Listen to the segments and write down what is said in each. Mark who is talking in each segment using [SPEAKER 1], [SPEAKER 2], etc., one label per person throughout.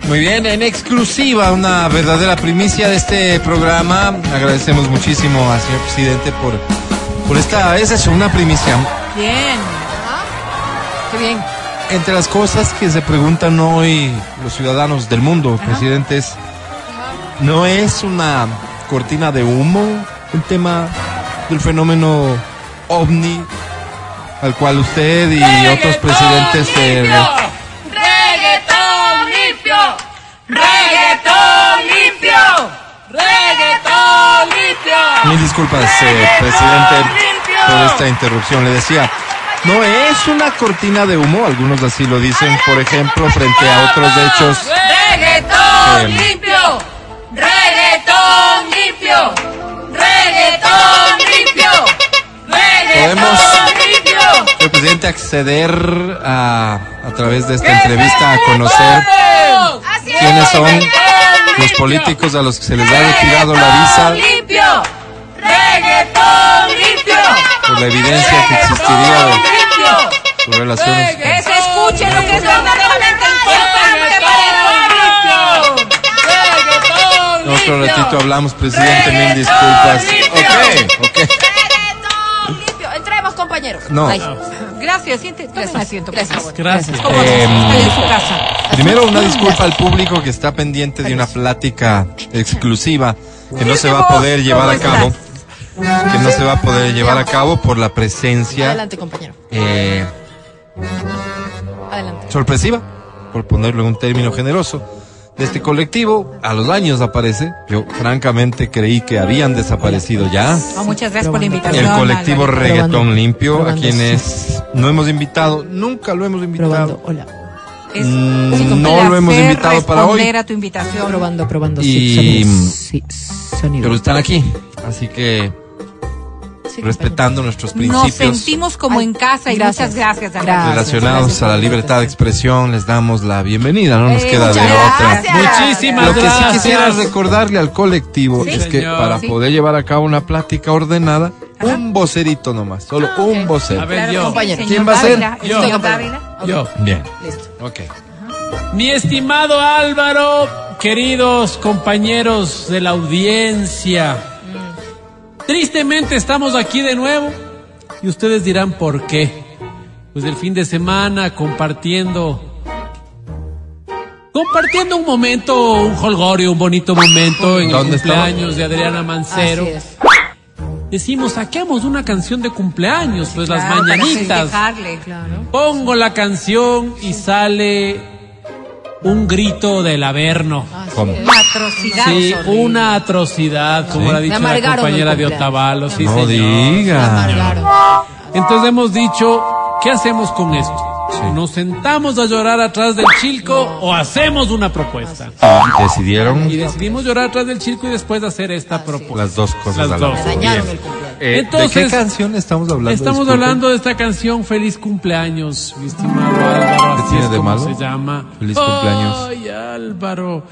[SPEAKER 1] Muy bien, en exclusiva, una verdadera primicia de este programa. Agradecemos muchísimo al señor presidente por, por esta. Es eso, una primicia.
[SPEAKER 2] Bien. Qué bien.
[SPEAKER 1] Entre las cosas que se preguntan hoy los ciudadanos del mundo,
[SPEAKER 2] Ajá.
[SPEAKER 1] presidentes, ¿no es una cortina de humo el tema del fenómeno ovni al cual usted y otros presidentes se...
[SPEAKER 2] ¡Reggaetón limpio! ¡Reggaetón limpio! ¡Reggaetón limpio!
[SPEAKER 1] Mil disculpas, eh, presidente, por esta interrupción. Le decía, no es una cortina de humo, algunos así lo dicen, por ejemplo, frente a otros hechos.
[SPEAKER 2] ¡Reggaetón
[SPEAKER 1] Bien.
[SPEAKER 2] limpio!
[SPEAKER 1] Em.
[SPEAKER 2] ¡Reggaetón limpio! ¡Reggaetón limpio!
[SPEAKER 1] Podemos-
[SPEAKER 2] ¡Reggaetón limpio!
[SPEAKER 1] El presidente acceder a, a través de esta
[SPEAKER 2] ¡Que
[SPEAKER 1] entrevista a
[SPEAKER 2] se
[SPEAKER 1] conocer
[SPEAKER 2] jodan!
[SPEAKER 1] quiénes son
[SPEAKER 2] ¡Reggaetón
[SPEAKER 1] los
[SPEAKER 2] limpio!
[SPEAKER 1] políticos a los que se les ha retirado la visa
[SPEAKER 2] ¡Reggaetón limpio! ¡Reggaetón limpio!
[SPEAKER 1] por la evidencia que existiría de
[SPEAKER 2] ¡Reggaetón limpio!
[SPEAKER 1] sus relaciones.
[SPEAKER 2] Que se escuche lo que es verdaderamente importante para el
[SPEAKER 1] En
[SPEAKER 2] pueblo.
[SPEAKER 1] Otro ratito hablamos, presidente, mil disculpas. Ok, ok.
[SPEAKER 3] Reggaetón limpio. Entremos, compañeros.
[SPEAKER 1] No.
[SPEAKER 3] Ay,
[SPEAKER 2] Gracias, siente, tomen asiento, por
[SPEAKER 3] Gracias.
[SPEAKER 2] favor.
[SPEAKER 4] Gracias.
[SPEAKER 2] Como si
[SPEAKER 1] Em,
[SPEAKER 2] estuvieran en su casa.
[SPEAKER 1] Primero, una disculpa al público que está pendiente de una plática exclusiva que no se va a poder llevar a cabo, que no se va a poder llevar a cabo por la presencia
[SPEAKER 3] Adelante, compañero.
[SPEAKER 1] eh,
[SPEAKER 3] Adelante.
[SPEAKER 1] sorpresiva, por ponerlo en un término generoso, de este colectivo. A los años aparece. Yo francamente creí que habían desaparecido ya.
[SPEAKER 2] Oh, muchas gracias por la invitación.
[SPEAKER 1] El colectivo
[SPEAKER 2] Álvaro.
[SPEAKER 1] Reggaetón Limpio, a
[SPEAKER 5] probando,
[SPEAKER 1] quienes no hemos invitado, nunca lo hemos invitado.
[SPEAKER 5] Probando, hola.
[SPEAKER 2] Es
[SPEAKER 1] Mm,
[SPEAKER 2] un
[SPEAKER 1] no lo hemos
[SPEAKER 2] placer
[SPEAKER 1] invitado para hoy.
[SPEAKER 2] responder a tu invitación.
[SPEAKER 5] Probando, probando.
[SPEAKER 1] Y-
[SPEAKER 5] Sí, sonido. Sí, sonido.
[SPEAKER 1] Pero están aquí, así que
[SPEAKER 5] Sí,
[SPEAKER 1] respetando nuestros
[SPEAKER 2] Nos
[SPEAKER 1] principios.
[SPEAKER 2] sentimos como en casa y
[SPEAKER 5] gracias.
[SPEAKER 2] muchas gracias. Álvaro.
[SPEAKER 5] Gracias.
[SPEAKER 1] relacionados
[SPEAKER 5] gracias
[SPEAKER 1] a la
[SPEAKER 5] por la
[SPEAKER 1] libertad de
[SPEAKER 5] invitación.
[SPEAKER 1] expresión, les damos la bienvenida, no nos
[SPEAKER 2] Eh,
[SPEAKER 1] queda de
[SPEAKER 2] muchas
[SPEAKER 1] otra.
[SPEAKER 3] gracias.
[SPEAKER 4] Muchísimas
[SPEAKER 1] Lo que sí
[SPEAKER 4] gracias.
[SPEAKER 1] quisiera recordarle al colectivo
[SPEAKER 2] Sí.
[SPEAKER 1] es que
[SPEAKER 4] Señor.
[SPEAKER 1] para
[SPEAKER 2] Sí.
[SPEAKER 1] poder llevar a cabo una plática ordenada, un vocerito nomás, solo un vocero.
[SPEAKER 4] A ver, yo.
[SPEAKER 2] compañero.
[SPEAKER 1] ¿Quién va a ser?
[SPEAKER 4] Yo.
[SPEAKER 2] Señor Dávila.
[SPEAKER 4] Yo.
[SPEAKER 1] Bien,
[SPEAKER 5] Listo.
[SPEAKER 1] ok.
[SPEAKER 4] Mi estimado Álvaro, queridos compañeros de la audiencia, tristemente estamos aquí de nuevo y ustedes dirán por qué. Pues el fin de semana compartiendo, compartiendo un momento, un holgorio, un bonito momento en el
[SPEAKER 1] ¿Dónde estamos?
[SPEAKER 4] cumpleaños de Adriana Mancero.
[SPEAKER 5] Así es.
[SPEAKER 4] Decimos, saquemos una canción de cumpleaños, pues
[SPEAKER 2] Claro,
[SPEAKER 4] las
[SPEAKER 2] para
[SPEAKER 4] mañanitas.
[SPEAKER 2] festejarle, claro.
[SPEAKER 4] Pongo la canción y sale un grito del Averno.
[SPEAKER 1] ¿Cómo?
[SPEAKER 5] Ah,
[SPEAKER 2] Una atrocidad.
[SPEAKER 4] Sí,
[SPEAKER 2] horrible.
[SPEAKER 4] una atrocidad, como
[SPEAKER 1] Sí.
[SPEAKER 4] la ha
[SPEAKER 1] Me
[SPEAKER 4] dicho la
[SPEAKER 5] amargaron
[SPEAKER 4] compañera
[SPEAKER 5] el
[SPEAKER 4] de
[SPEAKER 5] cumpleaños.
[SPEAKER 4] Otavalo. Sí,
[SPEAKER 1] No
[SPEAKER 4] señor.
[SPEAKER 1] diga.
[SPEAKER 4] Entonces hemos dicho, ¿qué hacemos con esto? ¿Nos sentamos a llorar atrás del chilco o hacemos una propuesta?
[SPEAKER 1] Y Decidieron
[SPEAKER 4] Y decidimos llorar atrás del chilco y después hacer esta propuesta.
[SPEAKER 1] las dos cosas.
[SPEAKER 4] Las
[SPEAKER 1] a la
[SPEAKER 4] dos.
[SPEAKER 1] vez.
[SPEAKER 5] Dañaron
[SPEAKER 1] Bien.
[SPEAKER 5] el cumpleaños.
[SPEAKER 1] Eh, ¿De qué
[SPEAKER 4] Entonces,
[SPEAKER 1] canción estamos hablando?
[SPEAKER 4] Estamos
[SPEAKER 1] Disculpen.
[SPEAKER 4] hablando de esta canción Feliz cumpleaños, mi estimado Álvaro.
[SPEAKER 1] ¿Qué
[SPEAKER 4] así
[SPEAKER 1] tiene
[SPEAKER 4] es
[SPEAKER 1] de
[SPEAKER 4] como
[SPEAKER 1] malo?
[SPEAKER 4] Se llama
[SPEAKER 1] Feliz cumpleaños.
[SPEAKER 4] Ay, Álvaro,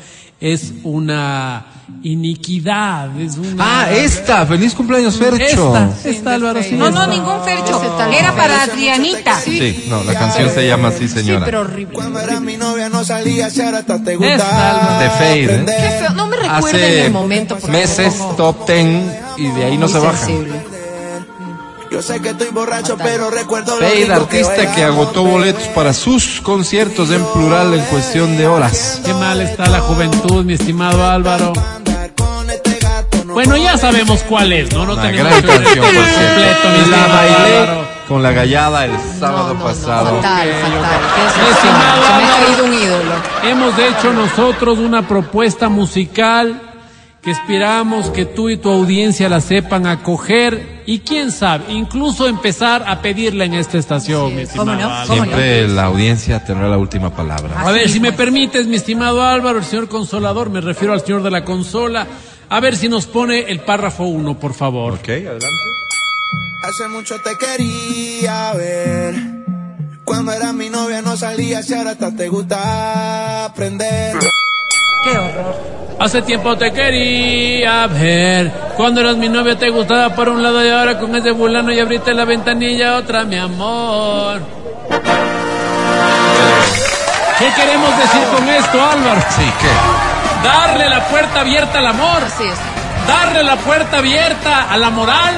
[SPEAKER 4] es una iniquidad, es una
[SPEAKER 1] Ah, esta, feliz cumpleaños, Fercho.
[SPEAKER 4] esta, esta Álvaro sí.
[SPEAKER 2] No, no,
[SPEAKER 4] esta.
[SPEAKER 2] ningún fercho.
[SPEAKER 5] Ese tal-
[SPEAKER 2] Era para Adrianita.
[SPEAKER 1] Sí, no, la canción se llama así,
[SPEAKER 5] Sí,
[SPEAKER 1] señora.
[SPEAKER 5] pero horrible.
[SPEAKER 6] Cuando era mi novia no salía, si ahora hasta te
[SPEAKER 4] Esta,
[SPEAKER 6] gusta.
[SPEAKER 1] De Fade, ¿eh?
[SPEAKER 6] aprender.
[SPEAKER 3] Qué feo. No me recuerden
[SPEAKER 1] hace
[SPEAKER 3] el momento. porque me
[SPEAKER 1] meses
[SPEAKER 3] pongo
[SPEAKER 1] top ten y de ahí no
[SPEAKER 5] muy
[SPEAKER 1] se baja.
[SPEAKER 5] sensible.
[SPEAKER 6] Yo sé que estoy borracho, pero recuerdo lo
[SPEAKER 1] Fade,
[SPEAKER 6] rico
[SPEAKER 1] artista
[SPEAKER 6] bailamos,
[SPEAKER 1] que agotó
[SPEAKER 6] baby.
[SPEAKER 1] boletos para sus conciertos en plural en cuestión de horas.
[SPEAKER 4] Qué mal está la juventud, mi estimado Álvaro.
[SPEAKER 6] Andar con este gato, no
[SPEAKER 4] Bueno, ya sabemos cuál es, ¿no? No
[SPEAKER 1] Una
[SPEAKER 4] tenemos
[SPEAKER 1] gran
[SPEAKER 4] que ver el
[SPEAKER 1] canción, por
[SPEAKER 4] completo, mi
[SPEAKER 1] cierto. La
[SPEAKER 4] estimado
[SPEAKER 1] bailé
[SPEAKER 4] Álvaro.
[SPEAKER 1] con la gallada el sábado
[SPEAKER 5] No, no, no,
[SPEAKER 1] pasado.
[SPEAKER 5] fatal, fatal. Qué
[SPEAKER 4] Estimado
[SPEAKER 5] decepción. Se me ha
[SPEAKER 4] Álvaro.
[SPEAKER 5] caído un ídolo.
[SPEAKER 4] Hemos hecho nosotros una propuesta musical que esperamos que tú y tu audiencia la sepan acoger y quién sabe, incluso empezar a pedirla en esta estación, mi estimado.
[SPEAKER 2] ¿Cómo no?
[SPEAKER 4] Álvaro.
[SPEAKER 2] ¿Cómo no?
[SPEAKER 1] Siempre la audiencia tendrá la última palabra.
[SPEAKER 4] A ver, si me
[SPEAKER 2] pues.
[SPEAKER 4] permites, mi estimado Álvaro, el señor consolador, me refiero al señor de la consola, a ver si nos pone el párrafo uno, por favor.
[SPEAKER 1] Ok, adelante.
[SPEAKER 6] Hace mucho te quería ver. Cuando era mi novia no salía, si ahora hasta te gusta aprender.
[SPEAKER 2] Qué horror.
[SPEAKER 4] Hace tiempo te quería ver. Cuando eras mi novia te gustaba por un lado y ahora con ese fulano y abriste la ventanilla otra, mi amor. ¿Qué queremos decir con esto, Álvaro?
[SPEAKER 1] Sí, ¿qué?
[SPEAKER 4] Darle la puerta abierta al amor,
[SPEAKER 3] Así es.
[SPEAKER 4] darle la puerta abierta a la moral,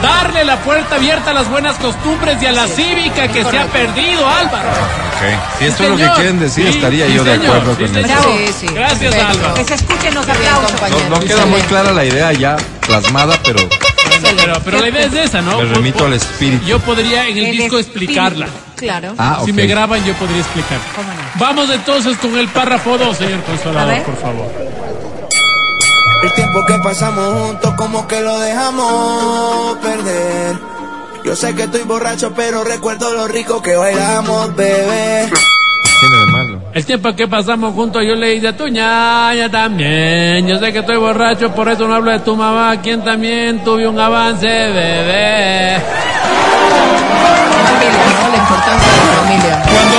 [SPEAKER 4] darle la puerta abierta a las buenas costumbres y a la cívica que se ha perdido, Álvaro.
[SPEAKER 1] Ok. Si esto es lo que
[SPEAKER 4] Señor.
[SPEAKER 1] quieren decir,
[SPEAKER 4] Sí,
[SPEAKER 1] estaría
[SPEAKER 4] sí,
[SPEAKER 1] yo de
[SPEAKER 4] señor,
[SPEAKER 1] acuerdo
[SPEAKER 4] sí,
[SPEAKER 1] con
[SPEAKER 4] señor.
[SPEAKER 1] eso.
[SPEAKER 5] Bravo.
[SPEAKER 3] Sí, sí.
[SPEAKER 4] Gracias,
[SPEAKER 3] Perfecto.
[SPEAKER 4] Álvaro.
[SPEAKER 5] Que se escuchen los
[SPEAKER 3] Bien,
[SPEAKER 5] aplausos.
[SPEAKER 1] No,
[SPEAKER 3] compañero.
[SPEAKER 1] no queda muy clara la idea ya plasmada, pero
[SPEAKER 4] Bueno, pero, pero la idea es esa, ¿no? Pues,
[SPEAKER 1] me remito al espíritu.
[SPEAKER 4] Yo podría en el,
[SPEAKER 5] El
[SPEAKER 4] disco
[SPEAKER 5] espíritu.
[SPEAKER 4] explicarla.
[SPEAKER 3] Claro.
[SPEAKER 1] Ah,
[SPEAKER 4] Si
[SPEAKER 1] ok.
[SPEAKER 4] me graban, yo podría explicar.
[SPEAKER 5] ¿Cómo no?
[SPEAKER 4] Vamos entonces con el párrafo 2, señor
[SPEAKER 5] A
[SPEAKER 4] Consolador,
[SPEAKER 5] ver.
[SPEAKER 4] por favor.
[SPEAKER 6] El tiempo que pasamos juntos como que lo dejamos perder. Yo sé que estoy borracho, pero recuerdo lo rico que bailamos, bebé.
[SPEAKER 1] Tiene de malo.
[SPEAKER 4] El tiempo que pasamos juntos, yo le hice a tu ñaña también. Yo sé que estoy borracho, por eso no hablo de tu mamá, quien también tuve un avance, bebé.
[SPEAKER 3] Familia, ¿no? La importancia de la familia.
[SPEAKER 4] Cuando,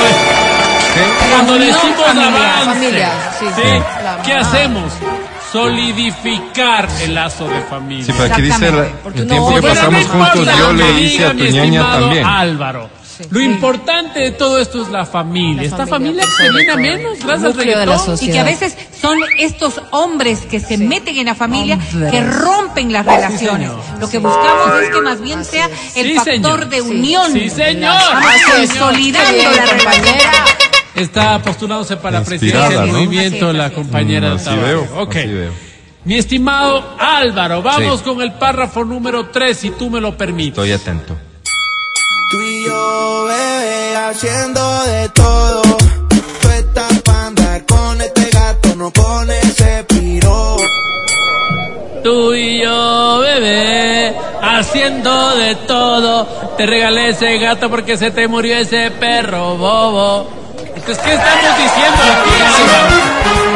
[SPEAKER 1] ¿Qué?
[SPEAKER 4] cuando
[SPEAKER 5] No,
[SPEAKER 4] decimos
[SPEAKER 5] familia,
[SPEAKER 4] avance,
[SPEAKER 3] familia, sí,
[SPEAKER 4] ¿sí?
[SPEAKER 3] sí. La
[SPEAKER 4] ¿qué
[SPEAKER 3] mamá.
[SPEAKER 4] hacemos? Solidificar el lazo de familia.
[SPEAKER 1] Sí, pero aquí dice
[SPEAKER 5] Exactamente,
[SPEAKER 1] la-
[SPEAKER 5] porque
[SPEAKER 1] el
[SPEAKER 5] no-
[SPEAKER 1] tiempo que
[SPEAKER 4] Pero
[SPEAKER 1] pasamos
[SPEAKER 4] no importa
[SPEAKER 1] juntos,
[SPEAKER 4] lo
[SPEAKER 1] yo
[SPEAKER 4] que
[SPEAKER 1] le hice
[SPEAKER 4] diga
[SPEAKER 1] a tu
[SPEAKER 4] mi
[SPEAKER 1] ñaña
[SPEAKER 4] estimado
[SPEAKER 1] también.
[SPEAKER 4] Álvaro. Lo importante de todo esto es la familia.
[SPEAKER 3] La
[SPEAKER 4] Esta
[SPEAKER 3] familia,
[SPEAKER 4] familia que se
[SPEAKER 3] sobre
[SPEAKER 4] viene a
[SPEAKER 3] todo.
[SPEAKER 4] menos
[SPEAKER 3] El
[SPEAKER 4] gracias al
[SPEAKER 3] núcleo de la
[SPEAKER 4] reggaetón.
[SPEAKER 3] sociedad.
[SPEAKER 5] Y que a veces son estos hombres que se meten en la familia
[SPEAKER 3] Hombres.
[SPEAKER 5] que rompen las relaciones.
[SPEAKER 4] señor.
[SPEAKER 5] Lo que buscamos es que más bien sea el
[SPEAKER 4] Sí,
[SPEAKER 5] factor
[SPEAKER 4] señor.
[SPEAKER 5] de
[SPEAKER 4] Sí.
[SPEAKER 5] unión.
[SPEAKER 4] Sí, señor.
[SPEAKER 5] Vamos
[SPEAKER 4] Sí, señor.
[SPEAKER 5] consolidando este
[SPEAKER 3] Qué bien,
[SPEAKER 5] la
[SPEAKER 3] compañera.
[SPEAKER 5] relación.
[SPEAKER 4] Está postulándose para
[SPEAKER 1] Inspirada,
[SPEAKER 4] presidencia del
[SPEAKER 1] ¿no?
[SPEAKER 5] Así
[SPEAKER 4] movimiento
[SPEAKER 5] es,
[SPEAKER 4] la
[SPEAKER 5] así es.
[SPEAKER 4] compañera
[SPEAKER 1] Mm,
[SPEAKER 4] de
[SPEAKER 1] así veo,
[SPEAKER 4] Ok.
[SPEAKER 1] así veo.
[SPEAKER 4] Mi estimado Álvaro, vamos
[SPEAKER 1] Sí.
[SPEAKER 4] con el párrafo número 3, si tú me lo permites.
[SPEAKER 1] Estoy atento.
[SPEAKER 6] Tú y yo, bebé, haciendo de todo. Tú estás para andar con este gato, no con ese piro.
[SPEAKER 4] Tú y yo, bebé, haciendo de todo. Te regalé ese gato porque se te murió ese perro bobo. Entonces, ¿qué estamos diciendo?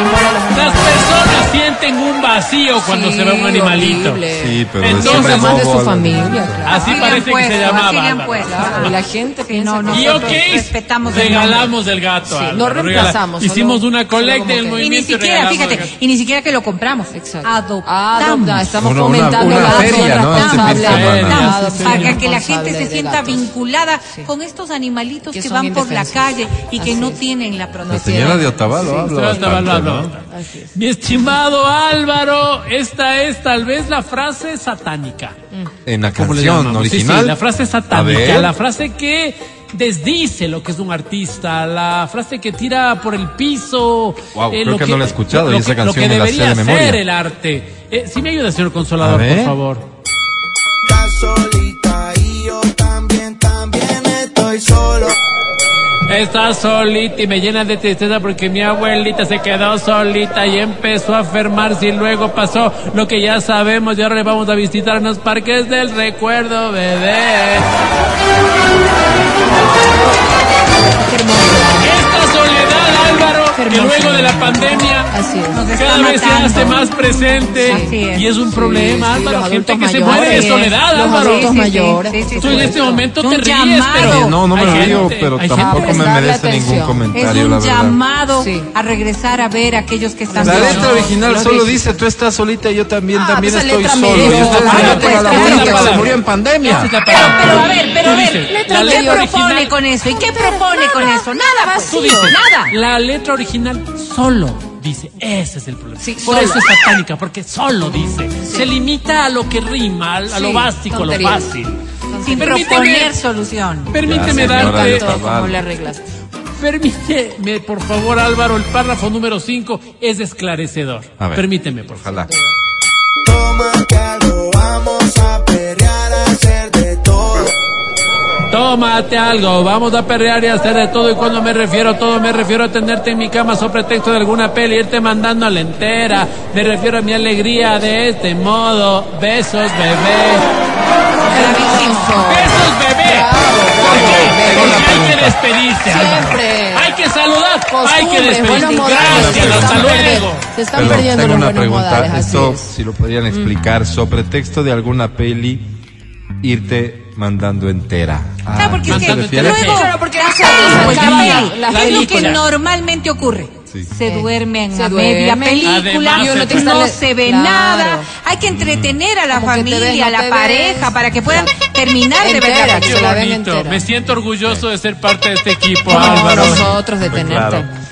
[SPEAKER 4] Las personas sienten un vacío cuando
[SPEAKER 3] Sí,
[SPEAKER 4] se ve un animalito.
[SPEAKER 3] horrible.
[SPEAKER 1] Sí, pero
[SPEAKER 4] Entonces,
[SPEAKER 1] siempre
[SPEAKER 4] además
[SPEAKER 1] bobo,
[SPEAKER 3] de su
[SPEAKER 1] algo
[SPEAKER 3] familia,
[SPEAKER 1] bonito.
[SPEAKER 3] claro.
[SPEAKER 4] Así
[SPEAKER 5] Así le
[SPEAKER 4] parece
[SPEAKER 5] han
[SPEAKER 4] que se
[SPEAKER 5] puesto,
[SPEAKER 4] llamaba.
[SPEAKER 5] así le han
[SPEAKER 4] Bárbara.
[SPEAKER 5] puesto.
[SPEAKER 3] Claro, la gente piensa
[SPEAKER 5] no,
[SPEAKER 3] que
[SPEAKER 5] no.
[SPEAKER 4] Y
[SPEAKER 5] Nosotros
[SPEAKER 4] ok,
[SPEAKER 5] respetamos el
[SPEAKER 4] regalamos el gato.
[SPEAKER 3] Sí,
[SPEAKER 4] Álvaro,
[SPEAKER 3] no
[SPEAKER 4] regala-
[SPEAKER 3] reemplazamos, solo-
[SPEAKER 4] Hicimos una colecta en el
[SPEAKER 3] solo como que-
[SPEAKER 5] Y ni
[SPEAKER 4] movimiento. y
[SPEAKER 5] siquiera,
[SPEAKER 4] regalamos el
[SPEAKER 5] fíjate,
[SPEAKER 4] gato.
[SPEAKER 5] y ni siquiera que lo compramos.
[SPEAKER 3] Exacto.
[SPEAKER 5] Adoptamos.
[SPEAKER 3] Adopta, estamos
[SPEAKER 1] Una- una-
[SPEAKER 3] fomentando
[SPEAKER 1] una
[SPEAKER 3] la
[SPEAKER 1] feria, ¿no? Este fin de
[SPEAKER 3] responsable,
[SPEAKER 1] semana.
[SPEAKER 3] adoptamos,
[SPEAKER 5] Adoptamos,
[SPEAKER 4] sí,
[SPEAKER 5] para
[SPEAKER 4] señor.
[SPEAKER 5] que la gente se
[SPEAKER 3] responsable de
[SPEAKER 5] sienta
[SPEAKER 3] gatos.
[SPEAKER 5] vinculada
[SPEAKER 3] Sí.
[SPEAKER 5] con estos animalitos
[SPEAKER 3] Que
[SPEAKER 5] que,
[SPEAKER 3] son
[SPEAKER 5] van por la
[SPEAKER 3] indefensos.
[SPEAKER 5] calle y que
[SPEAKER 3] Así
[SPEAKER 5] no
[SPEAKER 3] es.
[SPEAKER 5] tienen la
[SPEAKER 1] La
[SPEAKER 5] protección.
[SPEAKER 1] señora de Otavalo habla
[SPEAKER 4] Pero hasta
[SPEAKER 1] bastante,
[SPEAKER 4] habla-
[SPEAKER 1] ¿no?
[SPEAKER 4] habla- habla. Mi estimado Álvaro, esta es tal vez la frase satánica.
[SPEAKER 1] En la
[SPEAKER 4] ¿Cómo le
[SPEAKER 1] canción
[SPEAKER 4] llamamos?
[SPEAKER 1] original.
[SPEAKER 4] Sí, sí, la frase
[SPEAKER 1] A
[SPEAKER 4] satánica,
[SPEAKER 1] ver.
[SPEAKER 4] la frase que desdice lo que es un artista, la frase que tira por el piso. eh,
[SPEAKER 1] Wow, creo que no la he escuchado,
[SPEAKER 4] lo
[SPEAKER 1] y esa
[SPEAKER 4] que-
[SPEAKER 1] canción
[SPEAKER 4] Lo que
[SPEAKER 1] me la sé de
[SPEAKER 4] debería
[SPEAKER 1] memoria.
[SPEAKER 4] ser el arte. Eh, si me ayuda, señor Consolador,
[SPEAKER 1] A ver.
[SPEAKER 4] por favor.
[SPEAKER 6] Estás solita y yo también, también estoy solo.
[SPEAKER 4] Está solita y me llena de tristeza porque mi abuelita se quedó solita y empezó a enfermarse y luego pasó lo que ya sabemos y ahora le vamos a visitar unos parques del recuerdo, bebé. Esta soledad, Álvaro, que luego de la pandemia
[SPEAKER 3] Así es.
[SPEAKER 5] Nos está
[SPEAKER 4] cada vez se
[SPEAKER 5] matando.
[SPEAKER 4] hace más presente
[SPEAKER 5] Así es.
[SPEAKER 4] y es un problema,
[SPEAKER 3] sí,
[SPEAKER 4] Álvaro,
[SPEAKER 3] los
[SPEAKER 4] gente que
[SPEAKER 3] adultos
[SPEAKER 4] se
[SPEAKER 3] mayores,
[SPEAKER 4] muere de soledad,
[SPEAKER 3] los
[SPEAKER 4] Álvaro.
[SPEAKER 3] adultos mayores,
[SPEAKER 4] Tú en este momento
[SPEAKER 5] Es
[SPEAKER 4] te
[SPEAKER 5] un
[SPEAKER 4] ríes,
[SPEAKER 5] llamado.
[SPEAKER 4] pero...
[SPEAKER 1] No, no me
[SPEAKER 4] hay
[SPEAKER 1] río,
[SPEAKER 4] gente-
[SPEAKER 1] pero
[SPEAKER 4] hay gente
[SPEAKER 1] tampoco me
[SPEAKER 3] prestarle
[SPEAKER 1] merece ningún
[SPEAKER 3] atención.
[SPEAKER 5] Es
[SPEAKER 1] comentario, la
[SPEAKER 5] un
[SPEAKER 1] verdad.
[SPEAKER 5] llamado
[SPEAKER 3] Sí.
[SPEAKER 5] a regresar a ver a aquellos que están
[SPEAKER 1] La
[SPEAKER 5] solos.
[SPEAKER 1] letra original
[SPEAKER 5] Lo
[SPEAKER 1] solo
[SPEAKER 5] dice.
[SPEAKER 1] dice, tú estás solita y yo también,
[SPEAKER 3] Ah,
[SPEAKER 1] también
[SPEAKER 3] pues la
[SPEAKER 1] estoy
[SPEAKER 3] letra
[SPEAKER 1] solo.
[SPEAKER 3] medio.
[SPEAKER 1] Y estoy
[SPEAKER 3] Ah,
[SPEAKER 1] solita
[SPEAKER 3] pues,
[SPEAKER 1] con la
[SPEAKER 3] claro,
[SPEAKER 1] abuelita que
[SPEAKER 3] claro.
[SPEAKER 1] se murió en
[SPEAKER 4] Esa
[SPEAKER 1] pandemia.
[SPEAKER 4] es la
[SPEAKER 5] Pero,
[SPEAKER 4] palabra.
[SPEAKER 5] pero a ver, pero a
[SPEAKER 4] Tú
[SPEAKER 5] ver,
[SPEAKER 4] dices,
[SPEAKER 5] ¿qué
[SPEAKER 4] la letra
[SPEAKER 5] propone
[SPEAKER 4] original-
[SPEAKER 5] con eso? ¿Y qué propone con eso? Nada, pues.
[SPEAKER 4] Tú dices,
[SPEAKER 5] nada.
[SPEAKER 4] La letra original solo dice, ese es el problema.
[SPEAKER 5] Sí,
[SPEAKER 4] Por
[SPEAKER 5] solo.
[SPEAKER 4] eso es satánica, porque solo dice. Se limita a lo que rima, al- a lo
[SPEAKER 5] Sí,
[SPEAKER 4] básico,
[SPEAKER 5] tontería.
[SPEAKER 4] a lo fácil.
[SPEAKER 5] Sin
[SPEAKER 4] Permíteme-
[SPEAKER 5] proponer solución.
[SPEAKER 4] Permíteme
[SPEAKER 1] señora,
[SPEAKER 4] darte,
[SPEAKER 1] yo también.
[SPEAKER 5] Como le arreglas.
[SPEAKER 4] permíteme, por favor, Álvaro, el párrafo número 5 es esclarecedor.
[SPEAKER 1] A ver.
[SPEAKER 4] Permíteme, por favor.
[SPEAKER 1] Ojalá.
[SPEAKER 6] Tómate algo, vamos a perrear, a hacer de todo.
[SPEAKER 4] Tómate algo, vamos a perrear y a hacer de todo. Y cuando me refiero a todo, me refiero a tenerte en mi cama sobre pretexto de alguna peli, irte mandando a la entera. Me refiero a mi alegría de este modo. Besos, bebé.
[SPEAKER 3] Bravísimo.
[SPEAKER 4] Besos, bebé. ¿Por qué?
[SPEAKER 1] Tengo
[SPEAKER 4] Porque
[SPEAKER 1] una
[SPEAKER 4] hay que
[SPEAKER 1] pregunta.
[SPEAKER 4] despedirse.
[SPEAKER 3] Siempre.
[SPEAKER 4] Hay que saludar, hay que
[SPEAKER 3] Costumbres, buenos
[SPEAKER 4] despedirse.
[SPEAKER 3] modales.
[SPEAKER 4] Gracias,
[SPEAKER 3] se
[SPEAKER 4] hasta
[SPEAKER 3] están perdiendo-
[SPEAKER 4] luego.
[SPEAKER 3] Se están
[SPEAKER 1] Perdón,
[SPEAKER 3] perdiendo
[SPEAKER 1] tengo
[SPEAKER 3] los
[SPEAKER 1] una
[SPEAKER 3] buenos modales,
[SPEAKER 1] pregunta.
[SPEAKER 3] así
[SPEAKER 1] Esto,
[SPEAKER 3] es.
[SPEAKER 1] si lo podrían explicar, sobre texto de alguna peli, irte mandando entera.
[SPEAKER 5] Ah, porque es
[SPEAKER 1] ¿se
[SPEAKER 5] que
[SPEAKER 1] refiere?
[SPEAKER 5] luego
[SPEAKER 4] Claro,
[SPEAKER 5] la
[SPEAKER 3] se
[SPEAKER 2] Pues
[SPEAKER 5] película,
[SPEAKER 3] acaba la
[SPEAKER 5] es lo que
[SPEAKER 4] película.
[SPEAKER 5] normalmente ocurre.
[SPEAKER 1] Sí.
[SPEAKER 2] se
[SPEAKER 3] Eh,
[SPEAKER 2] duerme en
[SPEAKER 3] se
[SPEAKER 2] la
[SPEAKER 3] duerme.
[SPEAKER 2] media película,
[SPEAKER 4] Además,
[SPEAKER 2] no,
[SPEAKER 4] se
[SPEAKER 3] duerme.
[SPEAKER 2] se ve
[SPEAKER 3] Claro.
[SPEAKER 2] nada. Hay que entretener a la
[SPEAKER 3] Como que te
[SPEAKER 2] familia,
[SPEAKER 3] ves, no
[SPEAKER 2] a la
[SPEAKER 3] te
[SPEAKER 2] pareja,
[SPEAKER 3] ves.
[SPEAKER 2] para que puedan terminar de ver la
[SPEAKER 3] Entera, que
[SPEAKER 2] película.
[SPEAKER 3] se la ven
[SPEAKER 4] Bonito.
[SPEAKER 3] entera.
[SPEAKER 4] Me siento orgulloso de ser parte de este equipo,
[SPEAKER 3] Como
[SPEAKER 4] Álvaro.
[SPEAKER 3] nosotros de tenerte.
[SPEAKER 4] Pues
[SPEAKER 1] claro.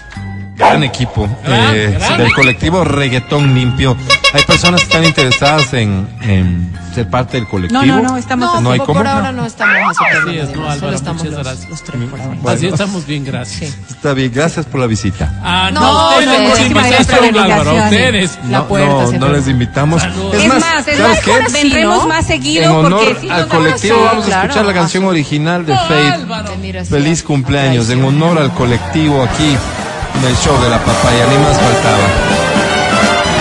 [SPEAKER 1] Gran equipo
[SPEAKER 4] Gran,
[SPEAKER 1] eh,
[SPEAKER 4] gran.
[SPEAKER 1] del colectivo Reggaetón Limpio. Hay personas que están interesadas en, en ser parte del colectivo.
[SPEAKER 2] No, no, no, estamos
[SPEAKER 1] No,
[SPEAKER 3] No,
[SPEAKER 1] hay
[SPEAKER 3] por,
[SPEAKER 1] cómo,
[SPEAKER 3] por ahora no, estamos así.
[SPEAKER 4] Así es, no, Álvaro,
[SPEAKER 3] solo estamos
[SPEAKER 4] muchas
[SPEAKER 3] los,
[SPEAKER 4] gracias.
[SPEAKER 3] los tres por ahora.
[SPEAKER 1] Bueno.
[SPEAKER 4] Así estamos bien, gracias.
[SPEAKER 1] Está bien, gracias por la visita.
[SPEAKER 4] Ah, no,
[SPEAKER 3] No,
[SPEAKER 4] ustedes,
[SPEAKER 3] no,
[SPEAKER 4] nos
[SPEAKER 3] muchísimas
[SPEAKER 2] gracias por la
[SPEAKER 4] invitaron, Álvaro,
[SPEAKER 2] invitación.
[SPEAKER 4] ustedes.
[SPEAKER 3] La
[SPEAKER 1] no,
[SPEAKER 3] puerta
[SPEAKER 1] no,
[SPEAKER 3] siempre
[SPEAKER 1] no les
[SPEAKER 3] abierta.
[SPEAKER 1] invitamos.
[SPEAKER 4] Saludos.
[SPEAKER 2] Es más, es
[SPEAKER 1] ¿sabes
[SPEAKER 2] más,
[SPEAKER 1] qué?
[SPEAKER 2] ahora sí, vendremos
[SPEAKER 3] ¿no?
[SPEAKER 2] más
[SPEAKER 1] En
[SPEAKER 2] seguido porque
[SPEAKER 1] honor
[SPEAKER 2] sí nos
[SPEAKER 1] al
[SPEAKER 2] vamos a-
[SPEAKER 1] colectivo
[SPEAKER 3] sí,
[SPEAKER 1] vamos a
[SPEAKER 3] claro.
[SPEAKER 1] escuchar la canción original de Faith.
[SPEAKER 3] Te miro así,
[SPEAKER 1] Feliz
[SPEAKER 3] a- a
[SPEAKER 1] cumpleaños, en
[SPEAKER 3] traición.
[SPEAKER 1] honor al colectivo aquí en el show de la papaya, ni más faltaba.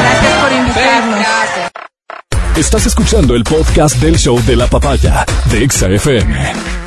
[SPEAKER 2] Gracias por invitarnos.
[SPEAKER 7] Estás escuchando el podcast del show de la papaya de Exa FM.